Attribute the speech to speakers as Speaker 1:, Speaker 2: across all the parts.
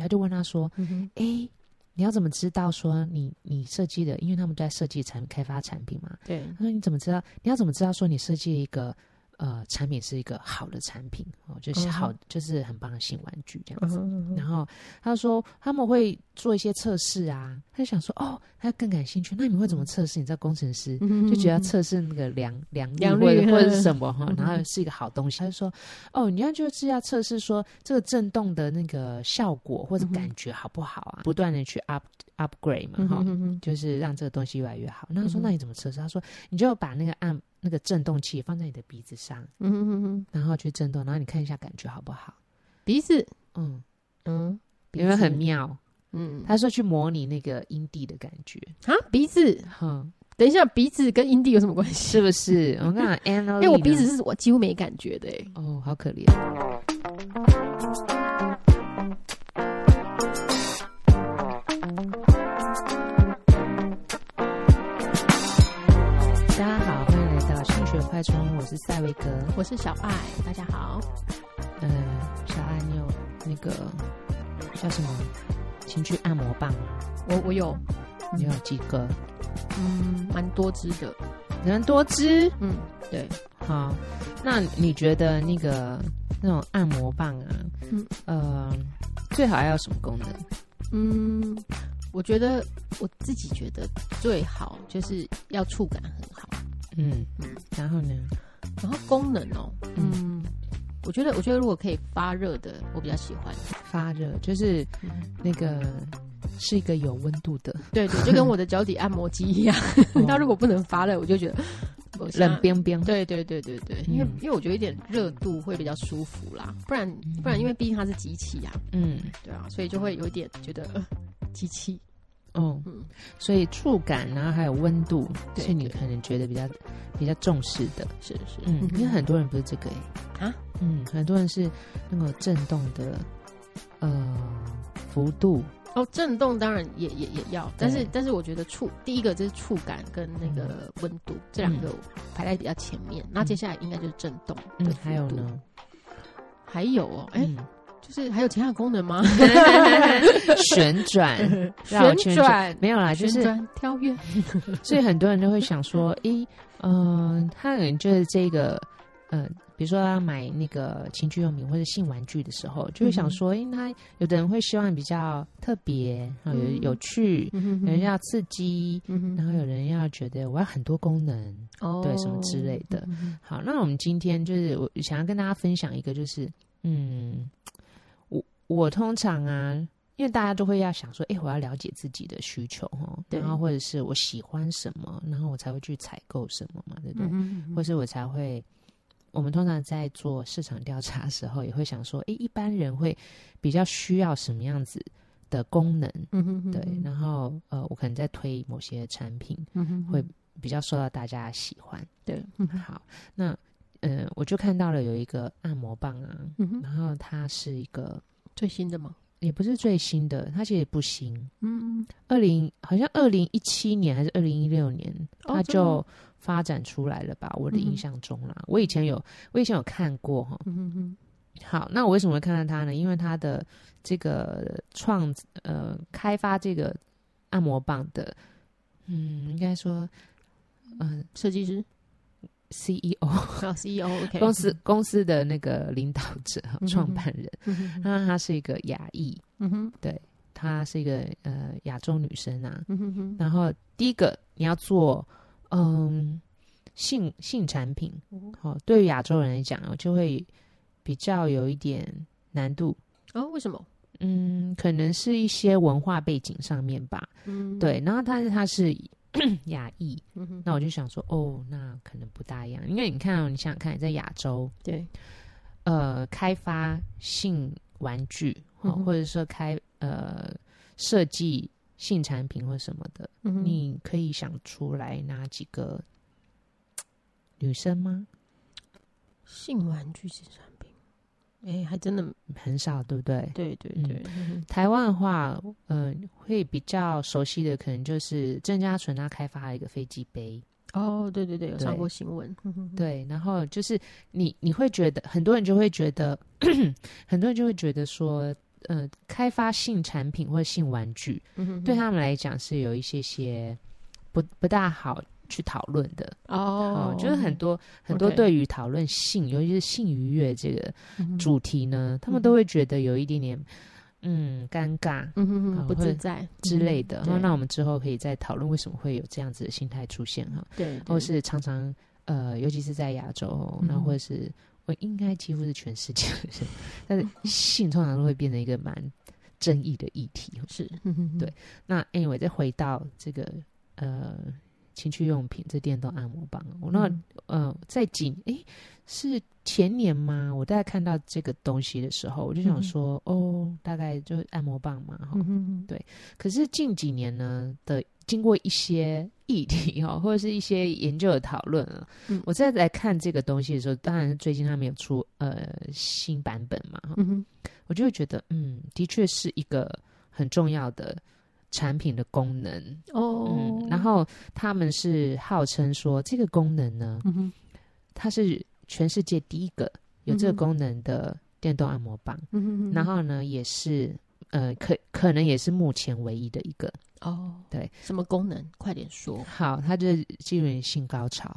Speaker 1: 他就问他说
Speaker 2: 嗯哼：“
Speaker 1: 哎、你要怎么知道说你你设计的？因为他们都在设计产开发产品嘛。
Speaker 2: 对，
Speaker 1: 他说你怎么知道？你要怎么知道说你设计一个呃产品是一个好的产品哦，就是
Speaker 2: 嗯哼
Speaker 1: 好、就是很棒的新玩具这样
Speaker 2: 嗯
Speaker 1: 子。
Speaker 2: 哼
Speaker 1: 然后他说他们会做一些测试啊，他就想说哦，他更感兴趣。那你们会怎么测试？你知道工程师
Speaker 2: 嗯哼
Speaker 1: 就觉得要测试那个良良率
Speaker 2: 良率
Speaker 1: 或者或者
Speaker 2: 嗯
Speaker 1: 是什么哈
Speaker 2: 嗯，
Speaker 1: 然后是一个好东西。他就说哦，你要就是要测试说这个震动的那个效果或者
Speaker 2: 嗯哼
Speaker 1: 感觉好不好啊，不断的去 up upgrade 嘛
Speaker 2: 嗯
Speaker 1: 哈
Speaker 2: 哼，嗯哼
Speaker 1: 就是让这个东西越来越好。那他说
Speaker 2: 嗯哼
Speaker 1: 那你怎么测试？他说你就把那个按那个震动器放在你的鼻子上，
Speaker 2: 嗯哼嗯哼，
Speaker 1: 然后去震动，然后你看一下感觉好不好？
Speaker 2: 鼻子，
Speaker 1: 嗯，
Speaker 2: 嗯，鼻
Speaker 1: 有没有很
Speaker 2: 子？
Speaker 1: 妙？
Speaker 2: 嗯，
Speaker 1: 他说去模拟那个阴蒂的感觉，
Speaker 2: 啊，鼻子，
Speaker 1: 哼，
Speaker 2: 等一下，鼻子跟阴蒂有什么关系？
Speaker 1: 是不是？我跟你讲 a n a
Speaker 2: 因 哎为我鼻子是我几乎没感觉的、欸，
Speaker 1: 哦，好可怜。大家好，欢迎来到心血快充，我是赛维格。
Speaker 2: 我是小爱，大家好。
Speaker 1: 嗯、小爱，你有那个叫什么情趣按摩棒吗？
Speaker 2: 我我有，
Speaker 1: 你有几个？
Speaker 2: 嗯，蛮多汁的，
Speaker 1: 你们多支？
Speaker 2: 嗯，对，
Speaker 1: 好，那你觉得那个那种按摩棒啊，
Speaker 2: 嗯
Speaker 1: 呃，最好要有什么功能？
Speaker 2: 嗯，我觉得我自己觉得最好就是要触感很好，
Speaker 1: 嗯
Speaker 2: 嗯，
Speaker 1: 然后呢？
Speaker 2: 然后功能哦，嗯，我觉得我觉得如果可以发热的，我比较喜欢，
Speaker 1: 发热就是那个是一个有温度 的哦
Speaker 2: 对对，就跟我的脚底按摩机一样， 那如果啊不能发热，我就觉得我现在
Speaker 1: 嗯冷冰冰。
Speaker 2: 对对对对对，因为、
Speaker 1: 嗯
Speaker 2: 因为我觉得一点热度会比较舒服啦，不然不然因为毕竟它是机器呀、
Speaker 1: 嗯，
Speaker 2: 对啊，所以就会有一点觉得、呃、机器，
Speaker 1: 哦
Speaker 2: 嗯，
Speaker 1: 所以触感，然后还有温度，
Speaker 2: 对
Speaker 1: 是你
Speaker 2: 对
Speaker 1: 可能觉得比较比较重视的。
Speaker 2: 是是，
Speaker 1: 嗯，因为
Speaker 2: 哼
Speaker 1: 很多人不是这个诶、
Speaker 2: 啊，
Speaker 1: 嗯，很多人是那个震动的呃幅度，
Speaker 2: 哦，震动当然也也也要，但是
Speaker 1: 对嗯
Speaker 2: 但是我觉得触第一个就是触感跟那个温度、这两个排在比较前面，那接下来应该就是震动的
Speaker 1: 嗯，
Speaker 2: 幅
Speaker 1: 还有
Speaker 2: 度，
Speaker 1: 呢，
Speaker 2: 还有哦，哎、
Speaker 1: 嗯
Speaker 2: 就是还有其他的功能 吗？
Speaker 1: 旋 转，绕圈
Speaker 2: 旋
Speaker 1: 圈
Speaker 2: 转。
Speaker 1: 没有啦，就
Speaker 2: 旋
Speaker 1: 是
Speaker 2: 转跳跃，
Speaker 1: 所以很多人都会想 说，咦，嗯、他可能就是这个，呃，比如说要买那个情趣用品或者性玩具的时候，就会想
Speaker 2: 嗯
Speaker 1: 说，因为他有的人会希望比较特别，然后有
Speaker 2: 嗯
Speaker 1: 有趣，
Speaker 2: 嗯
Speaker 1: 有人要刺激，
Speaker 2: 嗯
Speaker 1: 然后有人要觉得我要很多功能，
Speaker 2: 哦
Speaker 1: 对什么之类的
Speaker 2: 嗯哼
Speaker 1: 好，那我们今天就是我想要跟大家分享一个，就是嗯，我我通常啊，因为大家都会要想说，哎、我要了解自己的需求哦，
Speaker 2: 对
Speaker 1: 然后或者是我喜欢什么，然后我才会去采购什么嘛，对不对？
Speaker 2: 嗯哼嗯
Speaker 1: 或
Speaker 2: 哼
Speaker 1: 是我才会，我们通常在做市场调查的时候，也会想说，哎、一般人会比较需要什么样子的功能？
Speaker 2: 嗯哼，
Speaker 1: 对，然后呃，我可能在推某些产品，
Speaker 2: 嗯哼
Speaker 1: 会比较受到大家的喜欢。
Speaker 2: 对，嗯哼
Speaker 1: 好，那呃，我就看到了有一个按摩棒啊，
Speaker 2: 嗯哼，
Speaker 1: 然后它是一个
Speaker 2: 最新的吗？
Speaker 1: 也不是最新的，它其实不新，
Speaker 2: 嗯，
Speaker 1: 二零好像二零一七年还是二零一六年，
Speaker 2: 哦
Speaker 1: 它
Speaker 2: 真的吗
Speaker 1: 就发展出来了吧？我的
Speaker 2: 嗯哼
Speaker 1: 印象中啦，我以前有我以前有看过哈。
Speaker 2: 嗯哼哼，
Speaker 1: 好，那我为什么会看到它呢？因为它的这个创呃开发这个按摩棒的，嗯，应该说嗯、呃
Speaker 2: 设 计师，哦 E
Speaker 1: CEO
Speaker 2: 还有 CEO，OK，
Speaker 1: E 公司公司的那个领导者哈
Speaker 2: 嗯哼
Speaker 1: 创办人，
Speaker 2: 嗯哼，
Speaker 1: 那她是一个亚裔，
Speaker 2: 嗯哼，
Speaker 1: 她是一个呃亚洲女生啊。
Speaker 2: 嗯哼哼，
Speaker 1: 然后第一个你要做嗯性性产品，好、哦，对于亚洲人来讲哦就会比较有一点难度。
Speaker 2: 哦，为什么？
Speaker 1: 嗯，可能是一些文化背景上面吧。
Speaker 2: 嗯，
Speaker 1: 对，然后但是她是 亚裔，
Speaker 2: 嗯哼，
Speaker 1: 那我就想说，哦，那可能不大一样，因为你看、哦，你想想看，在亚洲，
Speaker 2: 对，
Speaker 1: 呃开发性玩具，哦
Speaker 2: 嗯哼
Speaker 1: 或者说开呃设计性产品或什么的，
Speaker 2: 嗯哼，
Speaker 1: 你可以想出来哪几个女生吗？
Speaker 2: 性玩具性产品，哎，还真的，
Speaker 1: 很少，对不对？
Speaker 2: 对对
Speaker 1: 嗯
Speaker 2: 对，嗯
Speaker 1: 台湾的话，嗯、会比较熟悉的可能就是郑家纯他开发了一个飞机杯，
Speaker 2: 哼哦，对对对，有上
Speaker 1: 对
Speaker 2: 过新闻，嗯哼，
Speaker 1: 对，然后 就是你你会觉得很多人就会觉得，很多人就会觉得说，呃开发性产品或性玩具，
Speaker 2: 嗯哼哼
Speaker 1: 对他啊们来讲是有一些些不不大好去讨论的。
Speaker 2: 哦
Speaker 1: 哦，，就是很多很多
Speaker 2: OK
Speaker 1: 对于讨论性，尤其是性愉悦这个
Speaker 2: 嗯哼
Speaker 1: 主题呢，他们都会觉得有一点点嗯尴尬
Speaker 2: 嗯哼
Speaker 1: 啊
Speaker 2: 哼不
Speaker 1: 或
Speaker 2: 自
Speaker 1: 者
Speaker 2: 在
Speaker 1: 之类
Speaker 2: 嗯
Speaker 1: 的。哦
Speaker 2: 对
Speaker 1: 那我们之后可以再讨论为什么会有这样子的心态出现哈，
Speaker 2: 对，
Speaker 1: 或
Speaker 2: 对
Speaker 1: 是常常呃，尤其是在亚洲，
Speaker 2: 嗯
Speaker 1: 那或者是我应该几乎是全世界的人， 但是性通常都会变成一个蛮争议的议题。
Speaker 2: 是，嗯哼哼
Speaker 1: 对那 anyway，再回到这个呃情趣用品这电动按摩棒，我那、
Speaker 2: 嗯
Speaker 1: 呃在几诶是前年吗？我大概看到这个东西的时候，我就
Speaker 2: 嗯
Speaker 1: 想
Speaker 2: 哼
Speaker 1: 说，哦，大概就是按摩棒嘛，哈、
Speaker 2: 嗯哼哼
Speaker 1: 可是近几年呢的，经过一些议题哦，或者是一些研究的讨论啊，
Speaker 2: 嗯
Speaker 1: 我再来看这个东西的时候，当然最近他们有出呃新版本嘛，哈
Speaker 2: 嗯哼
Speaker 1: 我就会觉得，嗯，的确是一个很重要的产品的功能。
Speaker 2: 哦
Speaker 1: 嗯，，然后他们是号称说这个功能呢，
Speaker 2: 嗯哼
Speaker 1: 它是全世界第一个有这个
Speaker 2: 嗯哼
Speaker 1: 功能的电动按摩棒，
Speaker 2: 嗯哼哼，
Speaker 1: 然后呢也是呃可可能也是目前唯一的一个。
Speaker 2: 哦，
Speaker 1: 对，
Speaker 2: 什么功能？快点说
Speaker 1: 好，它就是记录你性高潮，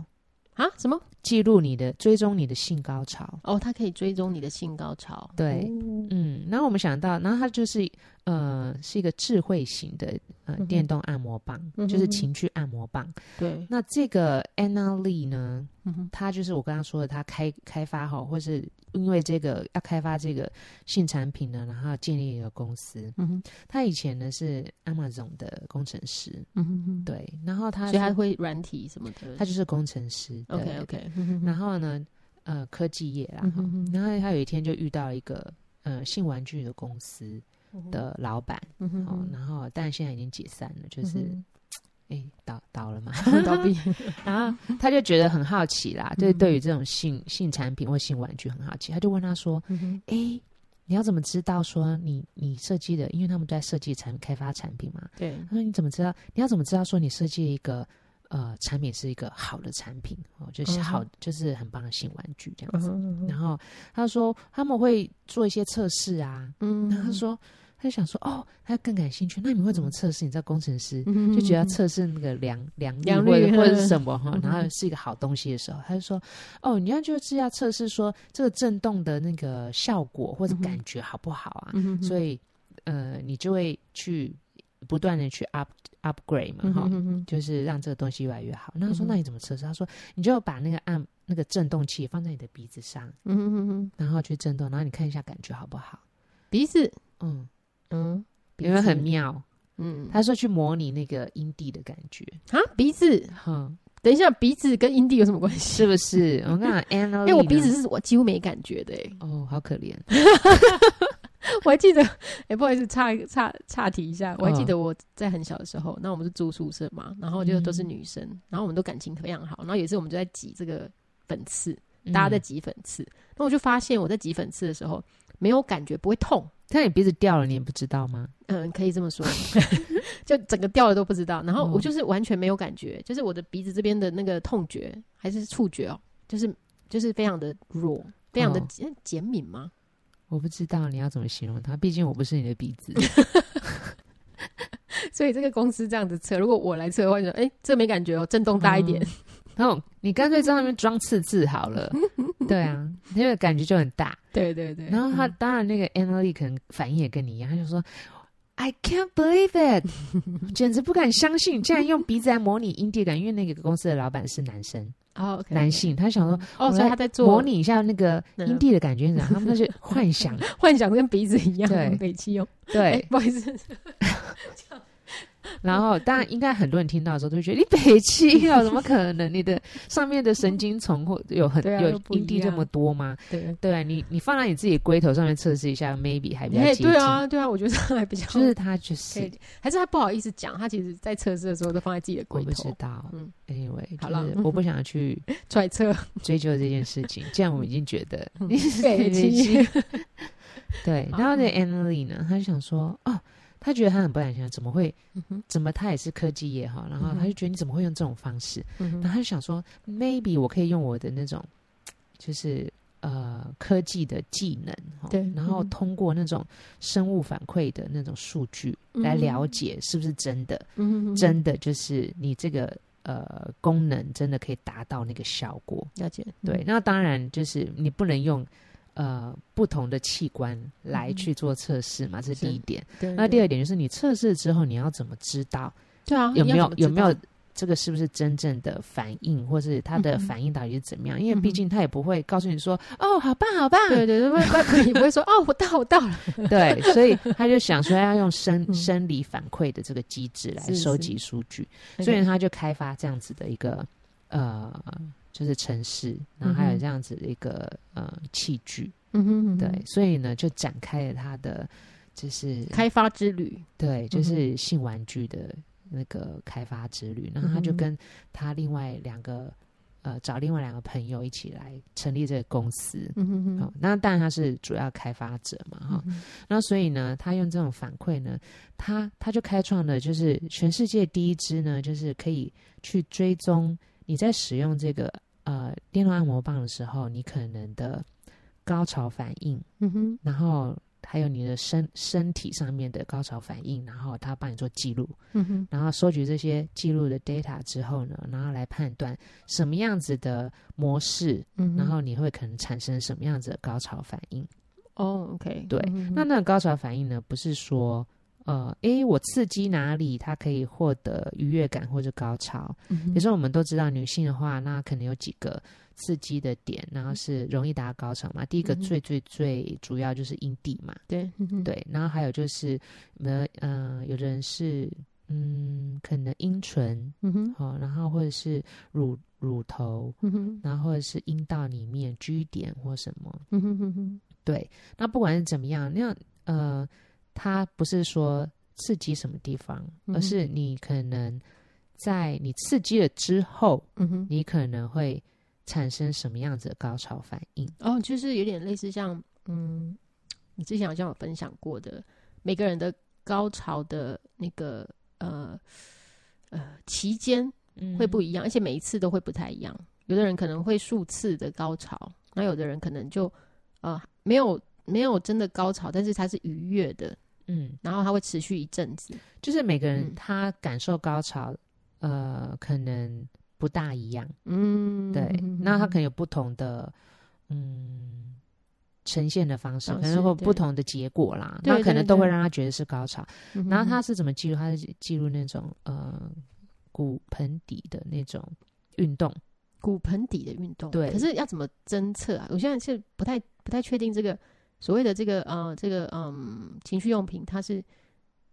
Speaker 2: 啊！什么？
Speaker 1: 记录你的追踪你的性高潮。
Speaker 2: 哦，它可以追踪你的性高潮。
Speaker 1: 对
Speaker 2: 哦
Speaker 1: 嗯，然后我们想到，然后它就是呃是一个智慧型的呃
Speaker 2: 嗯哼
Speaker 1: 电动按摩棒，
Speaker 2: 嗯哼
Speaker 1: 就是情趣按摩棒。
Speaker 2: 对，
Speaker 1: 那这个 Anna Lee 呢，
Speaker 2: 嗯哼，
Speaker 1: 他就是我刚刚说的，他开开发好，或是因为这个要开发这个性产品呢，然后建立一个公司。
Speaker 2: 嗯哼，
Speaker 1: 他以前呢是 Amazon 的工程师，
Speaker 2: 嗯哼哼，，
Speaker 1: 对，然后他
Speaker 2: 所以它会软体什么的。
Speaker 1: 他就是工程师，对
Speaker 2: OK 嗯 OK，
Speaker 1: 然后呢，呃，科技业啦，
Speaker 2: 嗯
Speaker 1: 哈
Speaker 2: 哼哼
Speaker 1: 然后他有一天就遇到一个呃性玩具的公司的老板，
Speaker 2: 哦嗯哼
Speaker 1: 哦，
Speaker 2: 哼，
Speaker 1: 然后但现在已经解散了，就是
Speaker 2: 嗯
Speaker 1: 哎、倒倒 了嘛，
Speaker 2: 哼倒闭。
Speaker 1: 然 后他就觉得很好奇啦，对，
Speaker 2: 嗯
Speaker 1: 对于这种性性产品或性玩具很好奇，他就问他说
Speaker 2: 嗯哼：“
Speaker 1: 哎、你要怎么知道说你你设计的？因为他们都在设计产开发产品嘛。
Speaker 2: 对，
Speaker 1: 他说你怎么知道？你要怎么知道说你设计一个呃产品是一个好的产品哦，就是
Speaker 2: 嗯哼
Speaker 1: 好、就是很棒的性玩具这样
Speaker 2: 嗯
Speaker 1: 子。
Speaker 2: 哼
Speaker 1: 然后他说他们会做一些测试啊，
Speaker 2: 嗯
Speaker 1: 然后他说他就想说哦，他更感兴趣。那你们会怎么测试？你知道工程师
Speaker 2: 嗯
Speaker 1: 就觉得要测试那个良良率
Speaker 2: 良
Speaker 1: 或者
Speaker 2: 率
Speaker 1: 或者是
Speaker 2: 嗯
Speaker 1: 什么哈
Speaker 2: 嗯，
Speaker 1: 然后是一个好东西的时候，他就说哦，你要就是要测试说这个震动的那个效果或者
Speaker 2: 嗯哼
Speaker 1: 感觉好不好啊，
Speaker 2: 嗯哼哼，
Speaker 1: 所以呃，你就会去不断的去 up upgrade 嘛
Speaker 2: 嗯
Speaker 1: 哈
Speaker 2: 哼。哼哼
Speaker 1: 就是让这个东西越来越好。那他说：“
Speaker 2: 嗯哼
Speaker 1: 那你怎么测试？”他说：“你就把那个按那个震动器放在你的鼻子上，
Speaker 2: 嗯哼哼哼，
Speaker 1: 然后去震动，然后你看一下感觉好不好。”
Speaker 2: 鼻子，
Speaker 1: 嗯，
Speaker 2: 嗯，
Speaker 1: 有没有
Speaker 2: 鼻子
Speaker 1: 很？妙？
Speaker 2: 嗯，
Speaker 1: 他说去模拟那个阴蒂的感觉，
Speaker 2: 啊，鼻子，
Speaker 1: 哼，
Speaker 2: 等一下，鼻子跟阴蒂有什么关系？
Speaker 1: 是不是？我跟 你讲，Anna，
Speaker 2: 哎，我鼻子是我几乎没感觉的，哎，
Speaker 1: 哦，好可怜，
Speaker 2: 我还记得，哎、不好意思，岔岔岔题一下，我还记
Speaker 1: 嗯
Speaker 2: 得我在很小的时候，那我们是住宿舍嘛，然后就
Speaker 1: 嗯
Speaker 2: 都是女生，然后我们都感情非常好，然后有一次我们就在挤这个粉刺，大家在
Speaker 1: 嗯，
Speaker 2: 挤粉刺，那、我就发现我在挤粉刺的时候没有感觉，不会痛，
Speaker 1: 但你鼻子掉了，你也不知道吗？
Speaker 2: 嗯，可以这么说， 就整个掉了都不知道，然后
Speaker 1: 哦
Speaker 2: 我就是完全没有感觉，就是我的鼻子这边的那个痛觉还是触觉哦，就是就是非常的弱，非常的
Speaker 1: 哦
Speaker 2: 减减敏吗？
Speaker 1: 我不知道你要怎么形容它，毕竟我不是你的鼻 子。
Speaker 2: 所以这个公司这样子测，如果我来测的话，就说哎、这没感觉哦，震动大一
Speaker 1: 嗯
Speaker 2: 点。
Speaker 1: 然后你干脆在那边装刺字好 了，对啊，那个感觉就很大。
Speaker 2: 对对对。
Speaker 1: 然后他
Speaker 2: 嗯
Speaker 1: 当然那个 Emily 可能反应也跟你一样，他就说。I can't believe it，简 直不敢相信，竟然用鼻子来模拟阴蒂感，因为那个公司的老板是男生，
Speaker 2: 哦，OK，
Speaker 1: 男性，他想说
Speaker 2: 哦，
Speaker 1: 我
Speaker 2: 所以
Speaker 1: 在
Speaker 2: 他在做
Speaker 1: 模拟一下那个
Speaker 2: 嗯
Speaker 1: 阴蒂的感觉，然后他们就幻 想，
Speaker 2: 幻想跟鼻子一样
Speaker 1: 对
Speaker 2: 北汽用。哎
Speaker 1: 对，，
Speaker 2: 不好意思，
Speaker 1: 然后当然应该很多人听到的时候都会觉得你北七哦，怎么可能？你的上面的神经丛或有很
Speaker 2: 对啊
Speaker 1: 有
Speaker 2: 又不一
Speaker 1: 阴蒂这么多吗？
Speaker 2: 对
Speaker 1: 对啊，你你放在你自己的龟头上面测试一下，maybe 还比较
Speaker 2: 哎，
Speaker 1: 接近
Speaker 2: 对。啊，对啊，我觉得这样还比较
Speaker 1: 就是他就
Speaker 2: 可以
Speaker 1: 是，
Speaker 2: 还是他不好意思讲，他其实在测试的时候都放在自己的
Speaker 1: 我
Speaker 2: 龟
Speaker 1: 不知
Speaker 2: 头
Speaker 1: 道
Speaker 2: 嗯
Speaker 1: ，anyway，
Speaker 2: 好
Speaker 1: 就
Speaker 2: 啦
Speaker 1: 是我不想 去
Speaker 2: 揣测。
Speaker 1: 追究这件事情。既然我们已经觉得你是
Speaker 2: 嗯北七，
Speaker 1: 对，
Speaker 2: 好嗯
Speaker 1: 然后那 Emily 呢，她就想说，哦，她觉得她很不敢想象，怎么会
Speaker 2: 嗯哼
Speaker 1: 怎么他也是科技业哈，然后
Speaker 2: 嗯哼
Speaker 1: 他就觉得你怎么会用这种方式？
Speaker 2: 嗯
Speaker 1: 然
Speaker 2: 哼
Speaker 1: 后他就想说，maybe 我可以用我的那种，就是呃科技的技能，哦
Speaker 2: 对
Speaker 1: 然后
Speaker 2: 嗯
Speaker 1: 通过那种生物反馈的那种数据来
Speaker 2: 嗯
Speaker 1: 了解是不是真的，
Speaker 2: 嗯，
Speaker 1: 真的就是你这个呃功能真的可以达到那个效果。
Speaker 2: 了解，嗯
Speaker 1: 对，那当然就是你不能用呃不同的器官来
Speaker 2: 嗯
Speaker 1: 去做测试嘛，这是第一
Speaker 2: 是
Speaker 1: 点。
Speaker 2: 对，
Speaker 1: 那第
Speaker 2: 二
Speaker 1: 二点就是你测试之后，你要怎么知道
Speaker 2: 对啊，
Speaker 1: 有
Speaker 2: 你
Speaker 1: 没
Speaker 2: 要
Speaker 1: 有
Speaker 2: 怎么
Speaker 1: 有
Speaker 2: 知
Speaker 1: 没有
Speaker 2: 道
Speaker 1: 这个是不是真正的反应，或是它的
Speaker 2: 嗯哼
Speaker 1: 反应到底是怎么样？因为
Speaker 2: 嗯
Speaker 1: 毕
Speaker 2: 哼
Speaker 1: 竟他也不会告诉你说哦，好棒好棒，
Speaker 2: 对对对，不 会不也不会说哦，我到我到了，
Speaker 1: 对，所以他就想说要用
Speaker 2: 嗯
Speaker 1: 生生理反馈的这个机制来
Speaker 2: 是
Speaker 1: 收
Speaker 2: 是
Speaker 1: 集数据。所
Speaker 2: 嗯
Speaker 1: 以他就开发这样子的一个呃，就是城市，然后还
Speaker 2: 嗯
Speaker 1: 有
Speaker 2: 哼
Speaker 1: 这样子的一个、呃器具，
Speaker 2: 嗯哼嗯哼
Speaker 1: 对，所以呢就展开了他的就是
Speaker 2: 开发之旅，
Speaker 1: 对，就
Speaker 2: 嗯哼
Speaker 1: 是性玩具的那个开发之旅，然后他就
Speaker 2: 嗯哼
Speaker 1: 跟他另外两个呃找另外两个朋友一起来成立这个公司。
Speaker 2: 嗯哼哼
Speaker 1: 好，那当然他是主要开发者嘛，哈、
Speaker 2: 嗯哼
Speaker 1: 那所以呢，他用这种反馈呢，他他就开创了就是全世界第一支呢，就是可以去追踪你在使用这个呃电动按摩棒的时候，你可能的高潮反应，
Speaker 2: 嗯哼，
Speaker 1: 然后还有你的身身体上面的高潮反应，然后他帮你做记录，
Speaker 2: 嗯哼，
Speaker 1: 然后收集这些记录的 data 之后呢，然后来判断什么样子的模式，
Speaker 2: 嗯哼，
Speaker 1: 然后你会可能产生什么样子的高潮反应。
Speaker 2: 哦，OK，
Speaker 1: 对
Speaker 2: 嗯哼
Speaker 1: 那
Speaker 2: 哼
Speaker 1: 那个高潮反应呢，不是说呃，诶，我刺激哪里，它可以获得愉悦感或者高潮。
Speaker 2: 嗯哼
Speaker 1: 比如说，我们都知道女性的话，那可能有几个刺激的点，然后是容易达到高潮嘛。第一个
Speaker 2: 嗯哼
Speaker 1: 最最最主要就是阴蒂嘛，
Speaker 2: 对，嗯哼，
Speaker 1: 对。然后还有就是，呃呃，有的人是嗯，可能阴唇
Speaker 2: 嗯哼，
Speaker 1: 哦，然后或者是乳乳头，
Speaker 2: 嗯哼，
Speaker 1: 然后或者是阴道里面 G 点或什么，
Speaker 2: 嗯哼哼哼，
Speaker 1: 对，那不管是怎么样，那样呃，它不是说刺激什么地方，
Speaker 2: 嗯
Speaker 1: 而
Speaker 2: 哼
Speaker 1: 是你可能在你刺激了之后，
Speaker 2: 嗯哼，
Speaker 1: 你可能会产生什么样子的高潮反应。
Speaker 2: 哦，就是有点类似像，嗯，你之前好像有分享过的，每个人的高潮的那个呃呃期间
Speaker 1: 嗯
Speaker 2: 会不一样，而且每一次都会不太一样。有的人可能会数次的高潮，那有的人可能就呃没有没有真的高潮，但是它是愉悦的，
Speaker 1: 嗯，
Speaker 2: 然后它会持续一阵子。
Speaker 1: 就是每个
Speaker 2: 嗯
Speaker 1: 人他感受高潮，呃，可能不大一样。
Speaker 2: 嗯，
Speaker 1: 对，
Speaker 2: 嗯
Speaker 1: 那他可
Speaker 2: 嗯
Speaker 1: 能有不同的嗯呈现的方式，
Speaker 2: 方
Speaker 1: 可
Speaker 2: 式
Speaker 1: 能会有
Speaker 2: 对
Speaker 1: 不同的结果啦。
Speaker 2: 对
Speaker 1: 那可
Speaker 2: 对
Speaker 1: 能都会
Speaker 2: 对
Speaker 1: 让他觉得是高潮。
Speaker 2: 嗯哼
Speaker 1: 然后
Speaker 2: 哼
Speaker 1: 他是怎么记录？他是记录那种呃骨盆底的那种运动。
Speaker 2: 骨盆底的运动，
Speaker 1: 对
Speaker 2: 可是要怎么侦测啊？我现在是不太不太确定这个所谓的这个呃这个嗯情趣用品，它是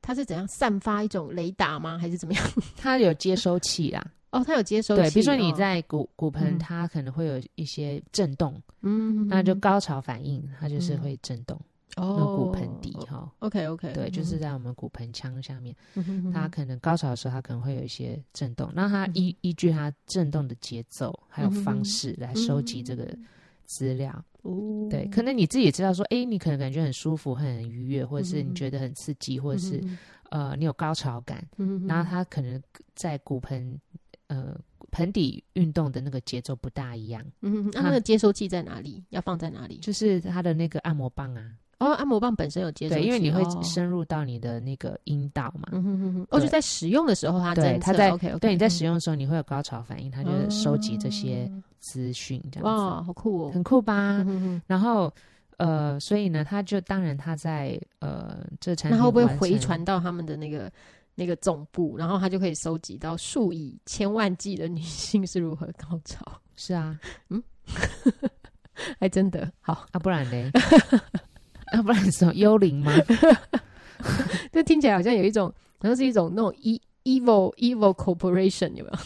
Speaker 2: 它是怎样散发一种雷达吗？还是怎么样？
Speaker 1: 它有接收器啊，
Speaker 2: 哦，它有接 收器，
Speaker 1: 对，比如说
Speaker 2: 哦
Speaker 1: 你在骨骨
Speaker 2: 嗯
Speaker 1: 盆，它可能会有一些震动，
Speaker 2: 嗯，
Speaker 1: 那就高潮反应，它就是
Speaker 2: 嗯
Speaker 1: 会震动。那
Speaker 2: 哦
Speaker 1: 骨盆底哈，
Speaker 2: ，OK OK，
Speaker 1: 对，就是在我们骨盆腔下面，
Speaker 2: 嗯
Speaker 1: 它
Speaker 2: 它
Speaker 1: 可能高潮的时候，它可能会有一些震动。那它
Speaker 2: 嗯
Speaker 1: 依依据它震动的节奏还有
Speaker 2: 嗯哼嗯哼
Speaker 1: 方式来收集这个资料。
Speaker 2: 哦，
Speaker 1: 对，可能你自己也知道说，哎，你可能感觉很舒服、很愉悦，或者是
Speaker 2: 嗯嗯
Speaker 1: 你觉得很刺激，或
Speaker 2: 嗯
Speaker 1: 者是
Speaker 2: 哼
Speaker 1: 呃你有高潮感，
Speaker 2: 嗯哼
Speaker 1: 然后它可能在骨盆呃盆底运动的那个节奏不大一样，
Speaker 2: 嗯哼，那那
Speaker 1: 它
Speaker 2: 个接收器在哪里？要放在哪里？
Speaker 1: 就是它的那个按摩棒啊，
Speaker 2: 哦，按摩棒本身有接收器，
Speaker 1: 对，因为你会
Speaker 2: 哦
Speaker 1: 深入到你的那个阴道嘛，
Speaker 2: 嗯哼哼哼，哦，就
Speaker 1: 对
Speaker 2: 在使用的时候它
Speaker 1: 对
Speaker 2: 侦
Speaker 1: 它
Speaker 2: 测
Speaker 1: 在
Speaker 2: OK 嗯 OK，
Speaker 1: 对，你在使用的时候你会有高潮反应，它就是收集这些资讯这样
Speaker 2: 嗯哇，好酷
Speaker 1: 子，
Speaker 2: 哦！
Speaker 1: 很酷吧？
Speaker 2: 嗯哼哼
Speaker 1: 然后。呃，所以呢，它就当然它在呃这产
Speaker 2: 那
Speaker 1: 品
Speaker 2: 会不会
Speaker 1: 完
Speaker 2: 回
Speaker 1: 成
Speaker 2: 传到他们的那个那个总部，然后他就可以收集到数以千万计的女性是如何高潮？
Speaker 1: 是啊，
Speaker 2: 还真的好，
Speaker 1: 啊，不然 嘞？啊，不然什么幽灵吗？
Speaker 2: 这听起来好像有一种，好像是一种那种 e evil evil corporation 有没有？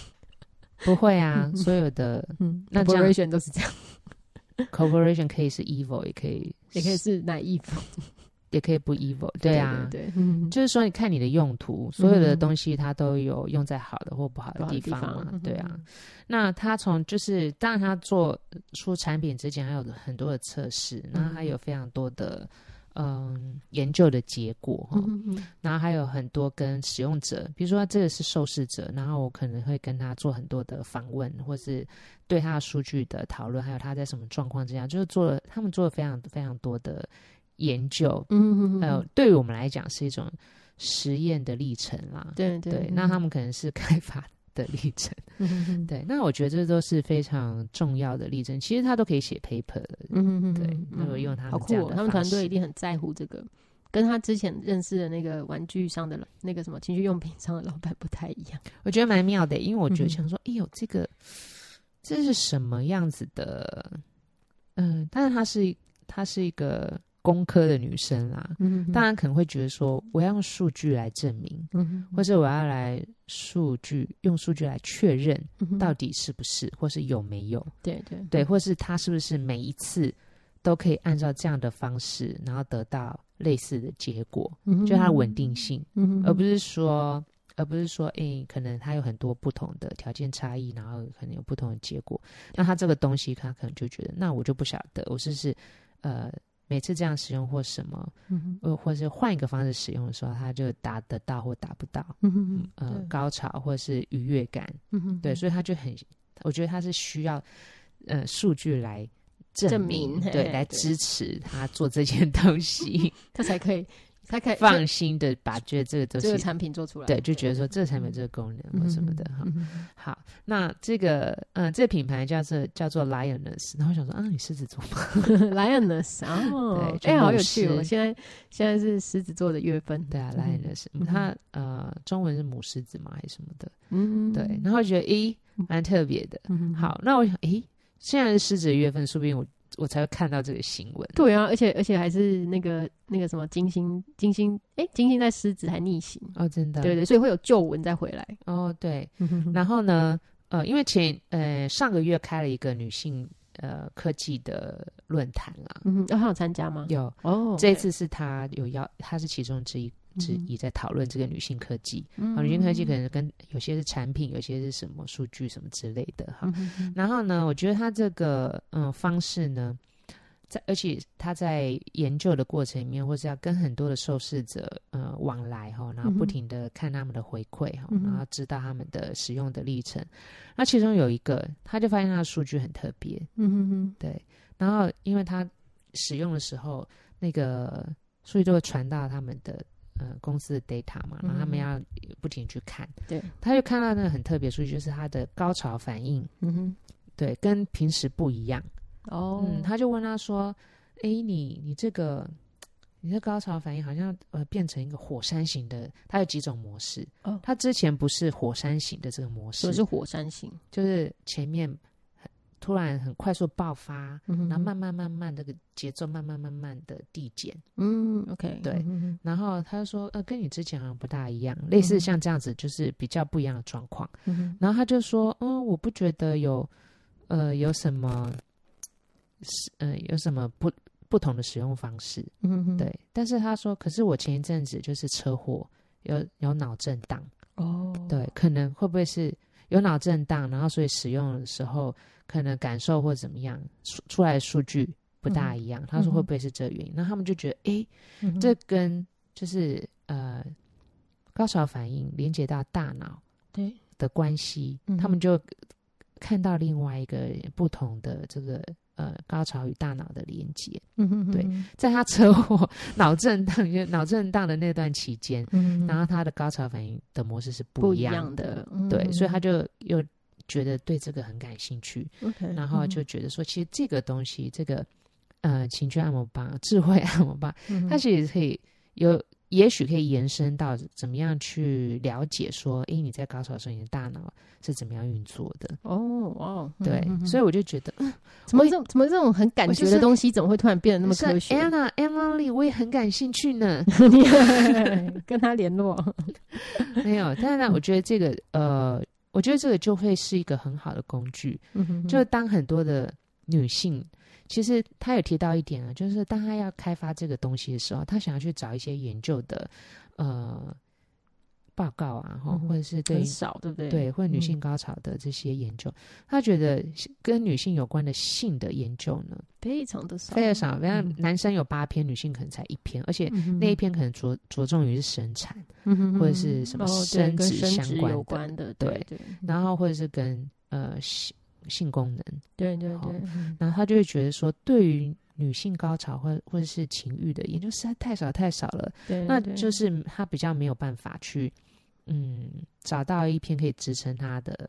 Speaker 1: 不会啊，所有的
Speaker 2: 嗯，
Speaker 1: 那这样
Speaker 2: corporation 都是这样，
Speaker 1: corporation 可以是 evil，也可以
Speaker 2: 也可以是 naive，
Speaker 1: 也可以不 evil。对啊，
Speaker 2: 对对，嗯，
Speaker 1: 就是说，你看你的用途，所有的
Speaker 2: 嗯
Speaker 1: 东西它都有用在好的或不好
Speaker 2: 不
Speaker 1: 的
Speaker 2: 好的
Speaker 1: 地
Speaker 2: 地
Speaker 1: 方
Speaker 2: 方
Speaker 1: 嘛。
Speaker 2: 嗯
Speaker 1: 对啊，那他从就是，当然
Speaker 2: 嗯
Speaker 1: 他做出产品之前还有很多的测试，然后还有非常多的。嗯研究的结果哈。
Speaker 2: 嗯嗯
Speaker 1: 然后还有很多跟使用者，比如说这个是受试者，然后我可能会跟他做很多的访问，或是对他的数据的讨论，还有他在什么状况之下，就是做了他们做了非常非常多的研究，
Speaker 2: 嗯嗯，
Speaker 1: 呃，对于我们来讲是一种实验的历程啦。
Speaker 2: 对嗯对
Speaker 1: 对，那他们可能是 开发的历程。
Speaker 2: 们
Speaker 1: 对，那我觉得这都是非常重要的例证，其实他都可以写 paper 的。
Speaker 2: 嗯嗯，
Speaker 1: 对
Speaker 2: 嗯
Speaker 1: 那我
Speaker 2: 嗯
Speaker 1: 用他们
Speaker 2: 好
Speaker 1: 这
Speaker 2: 酷
Speaker 1: 样
Speaker 2: 哦
Speaker 1: 的！
Speaker 2: 他们
Speaker 1: 方
Speaker 2: 团队
Speaker 1: 式
Speaker 2: 一定很在乎这个，跟他之前认识的那个玩具上的那个什么情趣用品上的老板不太一样。
Speaker 1: 我觉得蛮妙的，因为我觉
Speaker 2: 嗯
Speaker 1: 得
Speaker 2: 哼
Speaker 1: 想说，哎、呦，这个这是什么样子的？嗯、但是她是她是一个工科的女生啦，
Speaker 2: 嗯
Speaker 1: 当然可能会觉得说，我要用数据来证明，
Speaker 2: 嗯
Speaker 1: 或者我要来数据用数据来确认
Speaker 2: 哼
Speaker 1: 到底是不是，或是有没有。
Speaker 2: 对对
Speaker 1: 对，或是他是不是每一次都可以按照这样的方式，然后得到类似的结果，
Speaker 2: 嗯
Speaker 1: 就它的稳定性，
Speaker 2: 嗯
Speaker 1: 而不是说，而不是说，诶、可能它有很多不同的条件差异，然后可能有不同的结果。那他这个东西，他可能就觉得，那我就不晓得，我是不是呃每次这样使用或什么，
Speaker 2: 嗯
Speaker 1: 呃，或是换一个方式使用的时候，他就达得到或达不到，
Speaker 2: 嗯
Speaker 1: 呃，高潮或是愉悦感，
Speaker 2: 嗯
Speaker 1: 对，所以他就很，我觉得他是需要呃数据来证
Speaker 2: 证
Speaker 1: 明，
Speaker 2: 明嘿
Speaker 1: 对，
Speaker 2: 嘿
Speaker 1: 来
Speaker 2: 对
Speaker 1: 支持他做这件东 西，
Speaker 2: 他 才可以，他可以
Speaker 1: 放心的把觉得这个东
Speaker 2: 哎这个
Speaker 1: 西，
Speaker 2: 产品做嗯出来，嗯
Speaker 1: 对，就觉得说这才有这个功能啊或什么的哈。好，那这个嗯、呃这个品牌叫做叫做 Lioness，然后我想说啊，你狮子座吗？
Speaker 2: 嗯 Lioness 哦，哎，好有趣哦！现在现在是狮子座的月份，
Speaker 1: 对啊，Lioness，
Speaker 2: 嗯
Speaker 1: 它呃中文是母狮子嘛还是什么的？
Speaker 2: 嗯，
Speaker 1: 对，然后觉得咦
Speaker 2: 嗯
Speaker 1: 蛮特别的。
Speaker 2: 嗯，
Speaker 1: 好，那我想咦，现在是狮子的月份，说不定我我才会看到这个新闻。
Speaker 2: 对啊，而且而且还是那个那个什么金星，金星，哎、金星在狮子还逆行，
Speaker 1: 哦，真的，
Speaker 2: 对对，所以会有旧闻 再回来。嗯
Speaker 1: 哦，对，
Speaker 2: 那
Speaker 1: 然后呢，呃，因为前呃上个月开了一个女性呃科技的论坛啦，
Speaker 2: 嗯，哦，他有参加吗？
Speaker 1: 有
Speaker 2: 哦，
Speaker 1: 这一次是她有邀，她是其中之一之
Speaker 2: 嗯
Speaker 1: 一在讨论这个女性科技，
Speaker 2: 嗯
Speaker 1: 啊，女性科技可能跟有些是产品，有些是什么数据什么之类的哈。
Speaker 2: 嗯嗯
Speaker 1: 然后呢，我觉得她这个嗯、呃方式呢。在，而且她在研究的过程里面，或是要跟很多的受试者呃往来哈，然后不
Speaker 2: 嗯哼
Speaker 1: 停的看他们的回馈哈，
Speaker 2: 嗯哼
Speaker 1: 然后知道他们的使用的历程。那其中有一个，他就发现他的数据很特别，
Speaker 2: 嗯嗯
Speaker 1: 对。然后因为他使用的时候，那个数据都会传到他们的呃公司的 data 嘛，然后他们
Speaker 2: 嗯
Speaker 1: 要不停去看。
Speaker 2: 对，
Speaker 1: 他就看到那个很特别的数据，就是他的高潮反应，
Speaker 2: 嗯哼，
Speaker 1: 对，跟平时不一样。
Speaker 2: 哦，
Speaker 1: 嗯，他就问他说：“诶，你你这个你这高潮反应好像呃变成一个火山型的，它有几种模式？
Speaker 2: 哦
Speaker 1: 它之前不是火山型的这个模
Speaker 2: 什
Speaker 1: 式，
Speaker 2: 么是火山型？
Speaker 1: 就是前面很突然很快速爆发，
Speaker 2: 嗯哼
Speaker 1: 然后慢慢慢慢这个节奏慢慢慢慢的递减。
Speaker 2: 嗯，OK，
Speaker 1: 对
Speaker 2: 嗯
Speaker 1: 然后他就说，呃，跟你之前好像不大一样，类似像这样子，就是比较不一样的状况。
Speaker 2: 哼嗯
Speaker 1: 然后他就说，嗯，我不觉得有，呃，有什么，是呃，有什么不不同的使用方式，
Speaker 2: 哼嗯哼，
Speaker 1: 对。但是他说，可是我前一阵子就是车祸，有有脑震荡，
Speaker 2: 哦，
Speaker 1: 对，可能会不会是有脑震荡，然后所以使用的时候可能感受或怎么样，出出来的数据不大一样。他说会不会是这个原因？那他们就觉得，诶，
Speaker 2: 嗯哼，
Speaker 1: 这跟就是呃高潮反应连接到大脑
Speaker 2: 对，
Speaker 1: 的关系，
Speaker 2: 嗯
Speaker 1: 他们就看到另外一个不同的这个。呃，高潮与大脑的连接，
Speaker 2: 嗯哼，
Speaker 1: 对在他车祸、脑震荡、脑震荡的那段期间，
Speaker 2: 嗯哼，
Speaker 1: 然后他的高潮反应的模式是
Speaker 2: 不
Speaker 1: 不一样的，嗯
Speaker 2: 的，嗯
Speaker 1: 对，所以他
Speaker 2: 就
Speaker 1: 就又觉得对这个很感兴趣，
Speaker 2: 嗯
Speaker 1: 然后就觉得说，其实这个东西，这个呃情趣按摩棒、智慧按摩棒，它
Speaker 2: 他
Speaker 1: 其实可以有，也许可以延伸到怎么样去了解说，诶，你在高潮的时候，你的大脑是怎么样运作的？
Speaker 2: 哦，哇哦，
Speaker 1: 对，所
Speaker 2: 以
Speaker 1: 以我就觉得，
Speaker 2: 怎么
Speaker 1: 我
Speaker 2: 这种怎么这种很感
Speaker 1: 我就
Speaker 2: 觉的
Speaker 1: 是
Speaker 2: 东西，怎么会突然变得那么
Speaker 1: 是
Speaker 2: 科学？
Speaker 1: Anna Emily，我也很感兴趣 呢。
Speaker 2: 你 跟他联络，
Speaker 1: 没有，但是呢，我觉得这个呃，我觉得这个就会是一个很好的工具，
Speaker 2: 嗯
Speaker 1: 就当很多的女性，其实她有提到一点啊，就是当她要开发这个东西的时候，她想要去找一些研究的呃报告啊，哈、
Speaker 2: 嗯哼
Speaker 1: 或者是对
Speaker 2: 很少，对不对？
Speaker 1: 对，或者女
Speaker 2: 嗯
Speaker 1: 性高潮的这些研究，他觉得跟女性有关的性的研究呢
Speaker 2: 非常的少，
Speaker 1: 非常少，然后
Speaker 2: 嗯
Speaker 1: 男生有八篇，女性可能才一篇，而且
Speaker 2: 嗯哼，
Speaker 1: 那一篇可能着着重于是生产，
Speaker 2: 嗯
Speaker 1: 或者是什么
Speaker 2: 哦对
Speaker 1: 生
Speaker 2: 跟
Speaker 1: 殖
Speaker 2: 生
Speaker 1: 相
Speaker 2: 殖
Speaker 1: 关
Speaker 2: 有
Speaker 1: 的
Speaker 2: 关的，
Speaker 1: 对
Speaker 2: 对
Speaker 1: 然后或者是跟呃性性功能，
Speaker 2: 对对
Speaker 1: 好
Speaker 2: 对， 嗯
Speaker 1: 然后他就会觉得说，对于女性高潮或或者是情欲的研究实在太少太少了，
Speaker 2: 对，
Speaker 1: 那
Speaker 2: 对
Speaker 1: 就是他比较没有办法去，嗯，找到一篇可以支撑他的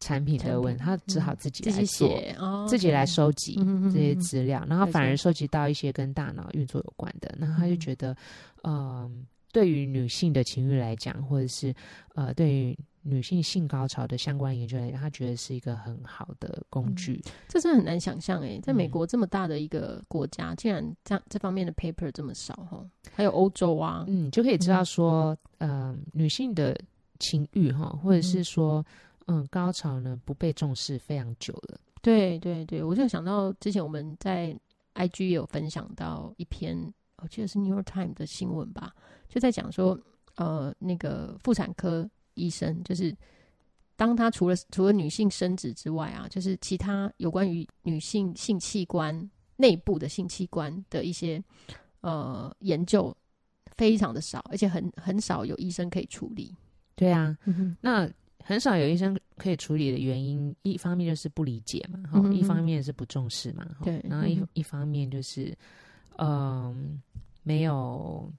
Speaker 1: 产品
Speaker 2: 产
Speaker 1: 的文，
Speaker 2: 品
Speaker 1: 他只好
Speaker 2: 嗯
Speaker 1: 自己
Speaker 2: 自
Speaker 1: 来
Speaker 2: 己
Speaker 1: 做，
Speaker 2: 写，哦
Speaker 1: 自己来
Speaker 2: ，OK
Speaker 1: 收集
Speaker 2: 嗯哼
Speaker 1: 这些
Speaker 2: 嗯哼
Speaker 1: 资料，然后
Speaker 2: 没
Speaker 1: 反而
Speaker 2: 错
Speaker 1: 收集到一些跟大脑运作有关的，然后他就
Speaker 2: 嗯
Speaker 1: 觉得，嗯，对于女性的情欲来讲，或者是呃，对于女性性高潮的相关研究来讲，他觉得是一个很好的工
Speaker 2: 嗯
Speaker 1: 具。
Speaker 2: 这真的很难想象哎，在美
Speaker 1: 嗯
Speaker 2: 国这么大的一个国家，竟然这样这方面的 paper 这么少哈，还有欧洲啊，
Speaker 1: 嗯，就可以知道
Speaker 2: 嗯
Speaker 1: 说，呃，女性的情欲哈，或者是
Speaker 2: 嗯
Speaker 1: 说，嗯，高潮呢不被重视非常久了。
Speaker 2: 对对对，我就想到之前我们在 IG 也有分享到一篇，我记得是 New York Times 的新闻吧，就在讲说，呃，那个妇产科医生就是。当他除了除了女性生殖之外啊，就是其他有关于女性性器官内部的性器官的一些呃研究非常的少，而且很很少有医生可以处理。
Speaker 1: 对啊，
Speaker 2: 嗯哼，
Speaker 1: 那很少有医生可以处理的原因，一方面就是不理解嘛，哈、
Speaker 2: 嗯
Speaker 1: 一方面是不重视嘛，哈
Speaker 2: 对
Speaker 1: 然后一、
Speaker 2: 嗯
Speaker 1: 一方面就是，嗯、没有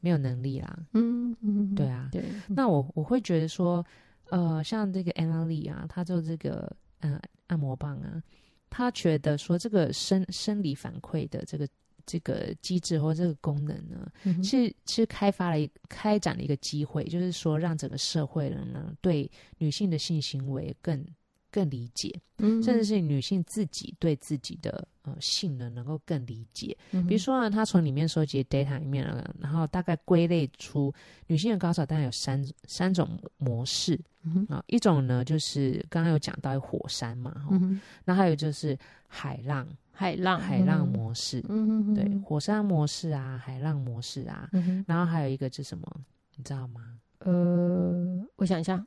Speaker 1: 没有能力啦，
Speaker 2: 嗯嗯，
Speaker 1: 对啊。
Speaker 2: 对，
Speaker 1: 那我我会觉得说，呃，像这个 Anna Lee 啊，她做这个呃按摩棒啊，她觉得说这个生生理反馈的这个这个机制或这个功能呢，
Speaker 2: 嗯哼
Speaker 1: 是是开发了一开展了一个机会，就是说让整个社会人呢对女性的性行为更更理解，
Speaker 2: 嗯
Speaker 1: 甚至是女性自己对自己的呃性呢能够更理解。
Speaker 2: 嗯
Speaker 1: 比如说呢，他从里面收集 data 里面呢，然后大概归类出女性的高潮大概有三三种模式
Speaker 2: 嗯哼
Speaker 1: 啊、一种呢就是刚刚有讲到火山嘛，哈、
Speaker 2: 嗯哼
Speaker 1: 那还有就是海浪
Speaker 2: 海浪
Speaker 1: 海浪
Speaker 2: 嗯
Speaker 1: 模式，
Speaker 2: 嗯，
Speaker 1: 对，火山模式啊，海浪模式啊，
Speaker 2: 嗯哼，
Speaker 1: 然后还有一个是什么，你知道吗？
Speaker 2: 呃，我想一下，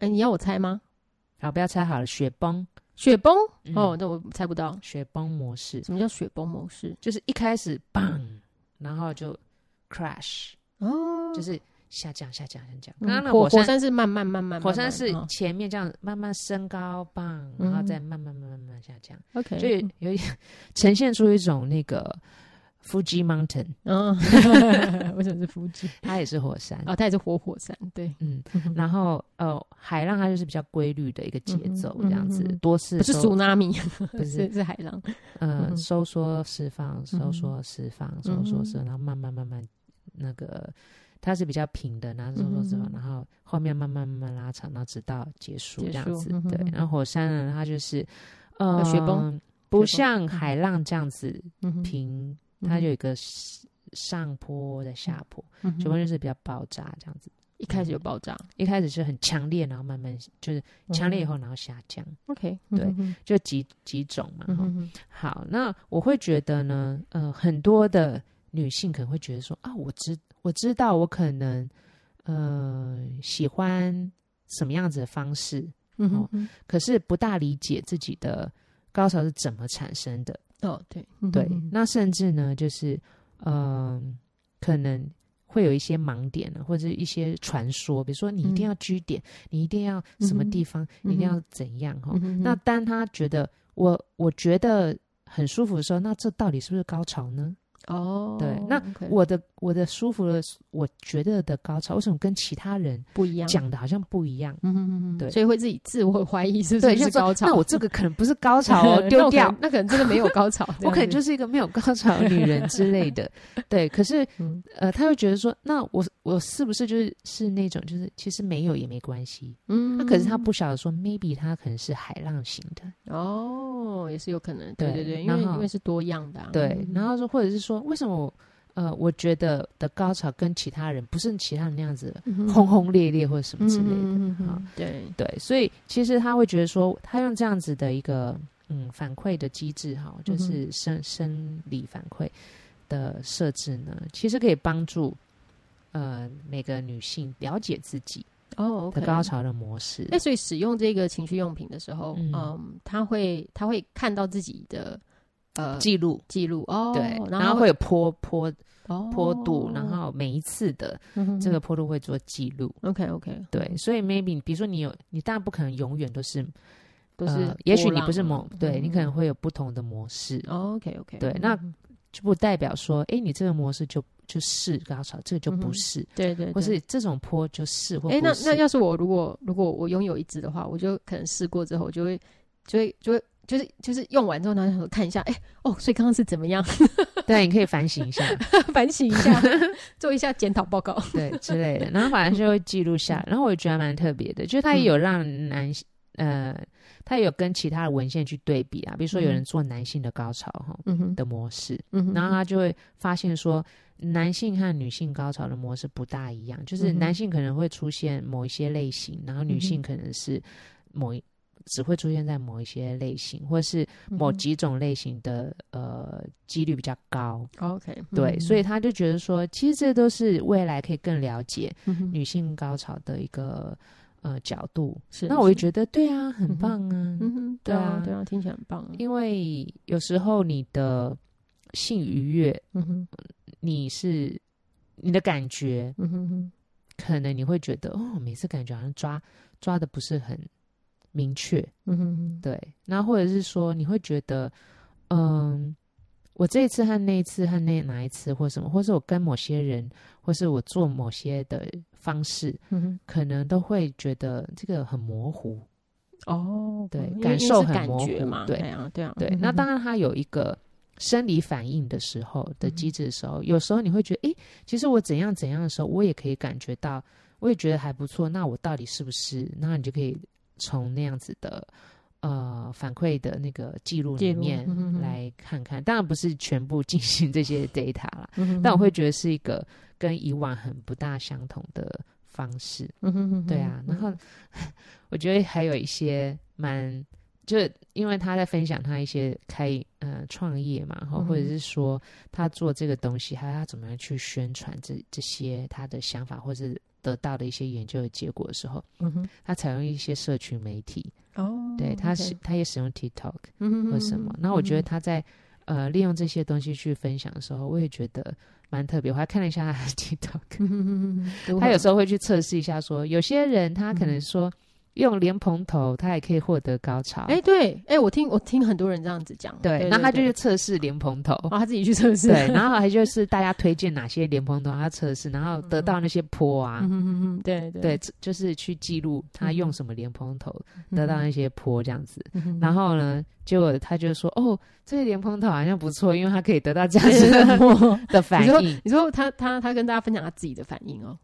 Speaker 2: 哎，你要我猜吗？
Speaker 1: 好，不要猜好了，雪崩、
Speaker 2: 雪崩？
Speaker 1: 嗯
Speaker 2: 哦，，那我猜不到，
Speaker 1: 雪崩模式
Speaker 2: 什么叫雪崩模式？
Speaker 1: 就是一开始砰，然后就 crash，
Speaker 2: 哦，
Speaker 1: 就是下降、下降、下降。
Speaker 2: 嗯
Speaker 1: 刚刚那
Speaker 2: 火
Speaker 1: 火山，
Speaker 2: 山是慢慢慢慢，
Speaker 1: 火
Speaker 2: 慢
Speaker 1: 山
Speaker 2: 慢
Speaker 1: 是
Speaker 2: 哦
Speaker 1: 前面这样慢慢升高，棒，
Speaker 2: 嗯
Speaker 1: 然后再慢慢、慢慢、慢慢下降，
Speaker 2: OK，
Speaker 1: 就有有一 呈现出一种那个 Fuji Mountain，
Speaker 2: 嗯，为什么是伏击？
Speaker 1: 它也是火山。
Speaker 2: 哦，它也是活火山，对，
Speaker 1: 嗯
Speaker 2: 嗯哼，
Speaker 1: 然后呃，海浪它就是比较规律的一个节
Speaker 2: 嗯哼
Speaker 1: 奏，
Speaker 2: 嗯
Speaker 1: 这样子
Speaker 2: 哼嗯哼
Speaker 1: 多次
Speaker 2: 不是
Speaker 1: 收
Speaker 2: 苏纳米，
Speaker 1: 不是
Speaker 2: 是是海浪，嗯
Speaker 1: 嗯，
Speaker 2: 哼
Speaker 1: 收缩释放，收缩释放，收缩释放，
Speaker 2: 嗯哼
Speaker 1: 然后慢慢慢慢那个它是比较平的，然后收缩释放，
Speaker 2: 嗯哼
Speaker 1: 然后后面慢慢慢慢拉长，然后直到结束
Speaker 2: 结
Speaker 1: 这样
Speaker 2: 束
Speaker 1: 子。
Speaker 2: 嗯哼
Speaker 1: 对
Speaker 2: 嗯，哼
Speaker 1: 然后火山呢，它就是呃
Speaker 2: 雪崩，
Speaker 1: 不
Speaker 2: 崩
Speaker 1: 像海浪这样子
Speaker 2: 嗯哼，
Speaker 1: 平，
Speaker 2: 嗯
Speaker 1: 它
Speaker 2: 哼
Speaker 1: 有一个上上坡的下坡，
Speaker 2: 嗯哼
Speaker 1: 雪崩就是比较爆炸这样子。
Speaker 2: 一开始有爆炸，
Speaker 1: 一开始是很强烈，然后慢慢就是强烈以
Speaker 2: 嗯
Speaker 1: 后，然后下降，
Speaker 2: OK，
Speaker 1: 对
Speaker 2: 嗯哼
Speaker 1: 就几几种嘛。
Speaker 2: 嗯
Speaker 1: 哈
Speaker 2: 哼哼
Speaker 1: 好，那我会觉得呢，呃，很多的女性可能会觉得说啊，我知我知道我可能呃喜欢什么样子的方式，
Speaker 2: 嗯
Speaker 1: 哦
Speaker 2: 哼哼，
Speaker 1: 可是不大理解自己的高潮是怎么产生的。
Speaker 2: 哦，对，嗯
Speaker 1: 对，
Speaker 2: 哼哼
Speaker 1: 那甚至呢，就是嗯、呃可能。会有一些盲点啊呢，或者是一些传说，比如说你一定
Speaker 2: 嗯
Speaker 1: 要居点，你一定要什么
Speaker 2: 嗯哼
Speaker 1: 地方，你一定
Speaker 2: 嗯哼
Speaker 1: 要怎样哈、
Speaker 2: 嗯哼哼
Speaker 1: 那当他觉得我我觉得很舒服的时候，那这到底是不是高潮呢？
Speaker 2: 哦，
Speaker 1: 对那
Speaker 2: OK，
Speaker 1: 我的我的舒服的，我觉得的高潮，为什么跟其他人
Speaker 2: 不一样，
Speaker 1: 讲的好像不一样？
Speaker 2: 嗯哼哼哼
Speaker 1: 对
Speaker 2: 所以会自己自我怀疑是不
Speaker 1: 对，
Speaker 2: 是
Speaker 1: 就是说
Speaker 2: 高潮？
Speaker 1: 那我这个可能不是高潮
Speaker 2: 那我可
Speaker 1: 哦，
Speaker 2: 能
Speaker 1: 丢掉，，
Speaker 2: 那可能真的没有高潮
Speaker 1: 我可能就是是一个没有高潮的女人之类 的。对，可是
Speaker 2: 嗯
Speaker 1: 呃，他会觉得说，那我我是不是就是是那种就是其实没有也没关系？
Speaker 2: 嗯
Speaker 1: 那可是他不晓得说，maybe 他可能是海浪型的，
Speaker 2: 哦，也是有可能，对
Speaker 1: 对
Speaker 2: 对对，因为
Speaker 1: 然后
Speaker 2: 因为是多样的啊，
Speaker 1: 对
Speaker 2: 嗯，
Speaker 1: 然后说或者是说，为什么我呃，我觉得的高潮跟其他人不是其他人那样子
Speaker 2: 嗯哼
Speaker 1: 轰轰烈烈或者什么之类的，
Speaker 2: 嗯嗯嗯嗯嗯
Speaker 1: 啊
Speaker 2: 对，
Speaker 1: 对，所以其实他会觉得说，他用这样子的一个嗯反馈的机制哈，就
Speaker 2: 嗯哼
Speaker 1: 是生、生理反馈的设置呢，其实可以帮助呃每个女性了解自己
Speaker 2: 哦，OK
Speaker 1: 的高潮的模式。
Speaker 2: 那所以使用这个情趣用品的时候，
Speaker 1: 嗯
Speaker 2: 嗯，他会他会看到自己的呃
Speaker 1: 记录
Speaker 2: 记录哦，
Speaker 1: 对，
Speaker 2: 然
Speaker 1: 然后会有坡坡
Speaker 2: 哦
Speaker 1: 坡度，然后每一次的
Speaker 2: 嗯哼
Speaker 1: 这个坡度会做记录。
Speaker 2: OK OK
Speaker 1: 对，所以 maybe 比如说你有，你当然不可能永远都是，
Speaker 2: 都是波浪嘛、
Speaker 1: 呃也许你不是某，对
Speaker 2: 嗯哦
Speaker 1: 你可能会有不同的模式，
Speaker 2: OK OK
Speaker 1: 对那就不代表说，哎，你这个模式就就是高潮，这个就
Speaker 2: 嗯
Speaker 1: 不
Speaker 2: 哼
Speaker 1: 是，
Speaker 2: 对对，
Speaker 1: 或
Speaker 2: 对
Speaker 1: 是这种坡就是或
Speaker 2: 哎、那
Speaker 1: 不是。
Speaker 2: 那要是我如果如果我拥有一只的话，我就可能试过之后，我就会就会就会就是就是用完之后，然后想说看一下，哎、哦，所以刚刚是怎么样，
Speaker 1: 对，你可以反省一下，
Speaker 2: 反省一 下，做一下检讨报告。
Speaker 1: 对之类的，然后反正就会记录下。然后我觉得还蛮特别的，就是他也
Speaker 2: 嗯
Speaker 1: 有让男性，呃，他也有跟其他的文献去对比啊，比如说有人做男性的高潮哈
Speaker 2: 嗯哼，
Speaker 1: 的模式，
Speaker 2: 嗯哼，
Speaker 1: 然后他就会发现说，男性和女性高潮的模式不大一样，就是
Speaker 2: 嗯哼嗯
Speaker 1: 男性可能会出现某一些类型，然后女性可能是某一只会出现在某一些类型，或是某
Speaker 2: 嗯哼
Speaker 1: 几种类型的呃几率比较高。
Speaker 2: 哦 OK，嗯
Speaker 1: 对，所
Speaker 2: 以
Speaker 1: 以他就觉得说，其实这都是未来可以更了解
Speaker 2: 嗯
Speaker 1: 女性高潮的一个呃角度。
Speaker 2: 是
Speaker 1: 那我就是觉得，对啊，很
Speaker 2: 嗯哼
Speaker 1: 棒啊，
Speaker 2: 嗯哼，对
Speaker 1: 对啊
Speaker 2: 啊，对啊，听起来很棒啊。
Speaker 1: 因为有时候你的性愉悦，
Speaker 2: 嗯哼，
Speaker 1: 你是你的感觉，
Speaker 2: 嗯 哼哼，
Speaker 1: 可能你会觉得哦，每次感觉好像抓抓的不是很明确，
Speaker 2: 嗯哼哼，
Speaker 1: 对，那或者是说你会觉得，嗯，我这一次和那一次和那哪一次或什么，或是我跟某些人，或是我做某些的方式，
Speaker 2: 嗯哼，
Speaker 1: 可能都会觉得这个很模糊。
Speaker 2: 哦，
Speaker 1: 对
Speaker 2: 因为
Speaker 1: 感
Speaker 2: 因为
Speaker 1: 受
Speaker 2: 是
Speaker 1: 很
Speaker 2: 感
Speaker 1: 模
Speaker 2: 觉
Speaker 1: 糊
Speaker 2: 嘛，
Speaker 1: 对
Speaker 2: 啊，对啊，
Speaker 1: 对，
Speaker 2: 嗯
Speaker 1: 那
Speaker 2: 哼
Speaker 1: 当然它有一个生理反应的时候的
Speaker 2: 嗯
Speaker 1: 机制的时候，有时候你会觉得，诶，其实我怎样怎样的时候，我也可以感觉到，我也觉得还不错。那我到底是不是？那你就可以从那样子的呃反馈的那个记录
Speaker 2: 记
Speaker 1: 里
Speaker 2: 录
Speaker 1: 面
Speaker 2: 嗯哼哼
Speaker 1: 来看看。当然不是全部进行这些 data 啦，
Speaker 2: 嗯哼
Speaker 1: 但我
Speaker 2: 哼
Speaker 1: 会觉得是一个跟以往很不大相同的方式。
Speaker 2: 嗯哼哼，
Speaker 1: 对啊，然后 我觉得还有一些蛮，就是因为他在分享他一些开呃创业嘛，然后
Speaker 2: 嗯哼
Speaker 1: 或者是说他做这个东西，还有他怎么样去宣传这这些他的想法，或是得到的一些研究的结果的时候，
Speaker 2: 嗯哼，
Speaker 1: 他采用一些社群媒体，
Speaker 2: 哦，
Speaker 1: 对，他是
Speaker 2: OK，
Speaker 1: 他也使用 TikTok
Speaker 2: 嗯哼
Speaker 1: 或什么。那我觉得他在呃利用这些东西去分享的时候，我也觉得蛮特别。我还看了一下他的 TikTok，
Speaker 2: 哼哼哼哼哼
Speaker 1: 他有时
Speaker 2: 候
Speaker 1: 候会去测试一下说，有些人他可能
Speaker 2: 嗯
Speaker 1: 说、用莲蓬头，他也可以获得高潮。
Speaker 2: 哎，对，哎，我听我听很多人这样子讲，
Speaker 1: 对，那他就去测试莲蓬头。
Speaker 2: 哦，他自己去测试，
Speaker 1: 对，然后还就是大家推荐哪些莲蓬头，他测试，然后得到那些坡啊，
Speaker 2: 嗯哼哼哼，对对
Speaker 1: 对，这就是去记录他用什么莲蓬头、
Speaker 2: 嗯
Speaker 1: 得到那些坡这样子。
Speaker 2: 嗯哼
Speaker 1: 然后呢，结果他就说，哦，这个莲蓬头好像不错，因为他可以得到这 样子的的 反应。
Speaker 2: 你说他他他跟大家分享他自己的反应哦，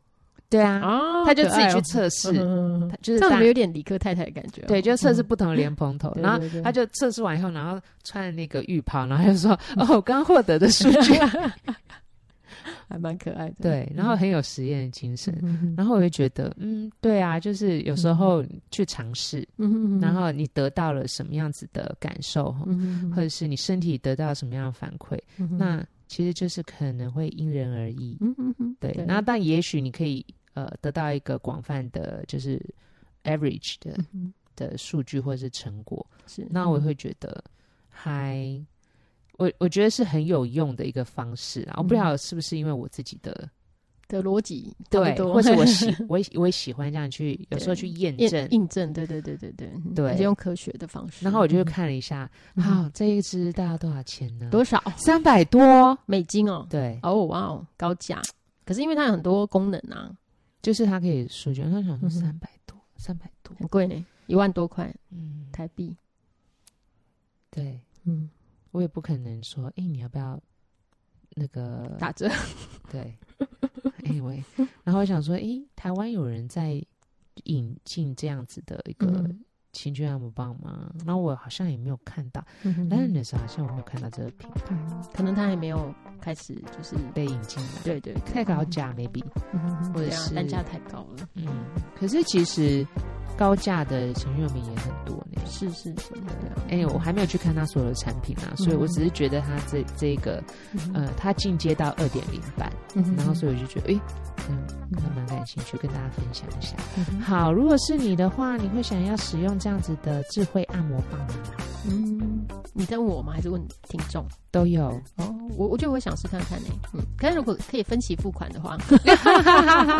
Speaker 1: 对啊，
Speaker 2: 啊
Speaker 1: 他就自己去测试，
Speaker 2: 试
Speaker 1: 他就是
Speaker 2: 嗯这样
Speaker 1: 大
Speaker 2: 子有点理科太太的感觉哦，
Speaker 1: 对，就测试不同的莲蓬头，
Speaker 2: 对
Speaker 1: 然后
Speaker 2: 对对
Speaker 1: 他就测试完以后，然后穿那个浴袍，然后就说：“哦，我刚获得的 数据。
Speaker 2: 还蛮可爱”的，
Speaker 1: 对，然后很有实验精神。
Speaker 2: 嗯哼
Speaker 1: 然后我就觉得，嗯，对啊，就是有时候去尝试，
Speaker 2: 嗯哼哼
Speaker 1: 然后你得到了什么样子的感受，哈
Speaker 2: 嗯哼哼
Speaker 1: 或者是你身体得到什么样的反馈，
Speaker 2: 嗯哼
Speaker 1: 那其实就是可能会因人而异。
Speaker 2: 嗯哼哼
Speaker 1: 对，那但也许你可以呃得到一个广泛的，就是 average 的
Speaker 2: 嗯哼
Speaker 1: 的数据或者是成果。
Speaker 2: 是
Speaker 1: 那我会觉得还，我我觉得是很有用的一个方式啊。我
Speaker 2: 嗯
Speaker 1: 不知道是不是因为我自己的、
Speaker 2: 的逻辑差不多
Speaker 1: 或者我 喜我也我也喜欢这样去，有时候
Speaker 2: 对
Speaker 1: 去验证
Speaker 2: 印。印证，对对对对对，嗯
Speaker 1: 对
Speaker 2: 还是用科学的方式。
Speaker 1: 然后我就看了一下，
Speaker 2: 嗯
Speaker 1: 好、这一支大概多少钱呢？
Speaker 2: 多少
Speaker 1: 三百多。
Speaker 2: 美金哦？
Speaker 1: 对，
Speaker 2: 哦哇哦，高价。可是因为它有很多功能啊，
Speaker 1: 就是它可以数据，我想说
Speaker 2: 嗯哼
Speaker 1: 三百多，三百多，
Speaker 2: 很贵呢，一万多块
Speaker 1: 嗯，
Speaker 2: 台币。
Speaker 1: 对
Speaker 2: 嗯，
Speaker 1: 我也不可能说，哎、你要不要那个
Speaker 2: 打折。
Speaker 1: 对 ，anyway，然后我想说，诶，台湾有人在引进这样子的一个
Speaker 2: 嗯
Speaker 1: 情趣按摩棒吗？然后我好像也没有看到，
Speaker 2: 嗯
Speaker 1: 但是那时候好像我没有看到这个品牌
Speaker 2: 可能它还没有开始，就是
Speaker 1: 被引进来，
Speaker 2: 对嗯对，对
Speaker 1: 太高，价 maybe，
Speaker 2: 嗯嗯嗯
Speaker 1: 或者
Speaker 2: 对啊
Speaker 1: 是
Speaker 2: 单价太高了。
Speaker 1: 嗯，可是其实高价的情趣用品也很多呢。
Speaker 2: 是是是，
Speaker 1: 哎、
Speaker 2: 对啊
Speaker 1: 我还没有去看它所有的产品啊，所以我
Speaker 2: 嗯
Speaker 1: 只是觉得它这这个呃，它进阶到二点零版，
Speaker 2: 嗯哼
Speaker 1: 然后所以我就觉得，哎、嗯，可能蛮感兴趣，跟大家分享一下。
Speaker 2: 嗯
Speaker 1: 好，如果是你的话，你会想要使用这样子的智慧按摩棒吗？
Speaker 2: 嗯，你在问我吗？还是问听众？
Speaker 1: 都有，
Speaker 2: 哦，我我觉得我会想试看看呢、嗯，但是如果可以分期付款的话，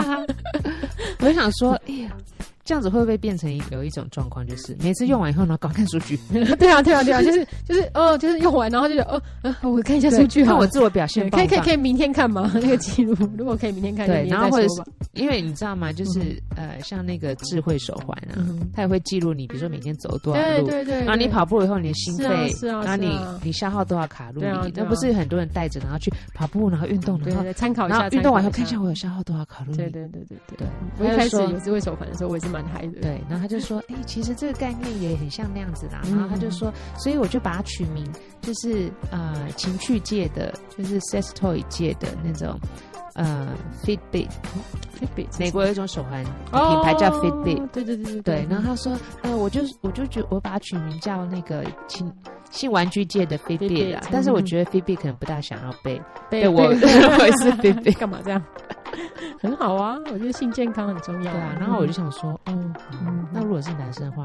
Speaker 1: 我想说，哎呀，这样子会不会变成有一种状况，就是每次用完以后呢，搞看数据，
Speaker 2: 对啊，对啊，对啊，就是就是哦，就是用完然后就觉得哦，呃我看一下数据
Speaker 1: 看
Speaker 2: 好
Speaker 1: 我
Speaker 2: 了，
Speaker 1: 自我表现棒
Speaker 2: 可以
Speaker 1: 不
Speaker 2: 可以
Speaker 1: 棒，
Speaker 2: 可以明天看吗？ 那个记录，如果可以明天看，就
Speaker 1: 对
Speaker 2: 明天
Speaker 1: 然后
Speaker 2: 再
Speaker 1: 或者
Speaker 2: 说吧
Speaker 1: 因为你知道吗？就是呃，像那个智慧手环啊，
Speaker 2: 嗯哼
Speaker 1: 它也会记录你，比如说每天走多少
Speaker 2: 对
Speaker 1: 路，
Speaker 2: 对对，
Speaker 1: 然后你
Speaker 2: 对
Speaker 1: 跑步以后，你的心肺，
Speaker 2: 是啊是啊
Speaker 1: 然后你、
Speaker 2: 是啊
Speaker 1: 你消耗多少卡路里？
Speaker 2: 对啊对
Speaker 1: 那
Speaker 2: 啊
Speaker 1: 不是很多人带着，然后去跑步，然后运动，
Speaker 2: 对
Speaker 1: 然
Speaker 2: 对
Speaker 1: 后
Speaker 2: 对，参考一
Speaker 1: 然
Speaker 2: 下
Speaker 1: 后，运动完以后
Speaker 2: 参
Speaker 1: 看
Speaker 2: 考
Speaker 1: 一下我有消耗多少卡路里。
Speaker 2: 对对对对对
Speaker 1: 对。
Speaker 2: 我一
Speaker 1: 他就
Speaker 2: 开始
Speaker 1: 说
Speaker 2: 有智慧手环的时候，我也是蛮嗨的。
Speaker 1: 对，然后他就说，哎、其实这个概念也很像那样子啦。
Speaker 2: 嗯
Speaker 1: 然后他就说，所以我就把它取名，就是呃，情趣界的，就是 sex toy 界的那种。呃，Fitbit，
Speaker 2: Fitbit 是
Speaker 1: 美国有一种手环
Speaker 2: 哦
Speaker 1: 品牌叫 Fitbit，、
Speaker 2: 对对对对
Speaker 1: 对。然后他说，呃，我就我就觉我把它取名叫那个性性玩具界的 Fitbit 啦
Speaker 2: Fitbit，，
Speaker 1: 但是我
Speaker 2: 嗯
Speaker 1: 觉得 Fitbit 可能不大想要被
Speaker 2: 被
Speaker 1: 对我我也 是 Fitbit
Speaker 2: 干嘛这样？很好啊，我觉得性健康很重要。
Speaker 1: 对啊，然后我就想说，哦，
Speaker 2: 嗯
Speaker 1: 那如果是男生的话，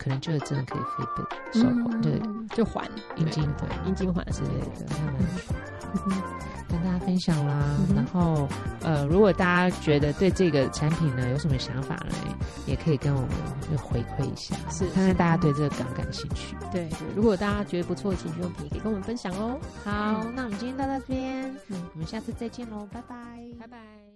Speaker 1: 可能就真的可以 Fitbit 手环，
Speaker 2: 嗯
Speaker 1: 对，
Speaker 2: 就还
Speaker 1: 阴茎对
Speaker 2: 阴茎环
Speaker 1: 之
Speaker 2: 之
Speaker 1: 类
Speaker 2: 类的。
Speaker 1: 的，那蛮有趣
Speaker 2: 嗯
Speaker 1: 的跟大家分享啦。
Speaker 2: 嗯哼
Speaker 1: 然后，呃，如果大家觉得对这个产品呢有什么想法呢，也可以跟我们回馈一下，
Speaker 2: 是
Speaker 1: 看看大家对这个感不感兴趣。
Speaker 2: 对对，如果大家觉得不错的情趣用品，也可以跟我们分享哦。好
Speaker 1: 嗯好，，那我们今天到这边，
Speaker 2: 嗯
Speaker 1: 我们下次再见喽，拜拜，
Speaker 2: 拜拜。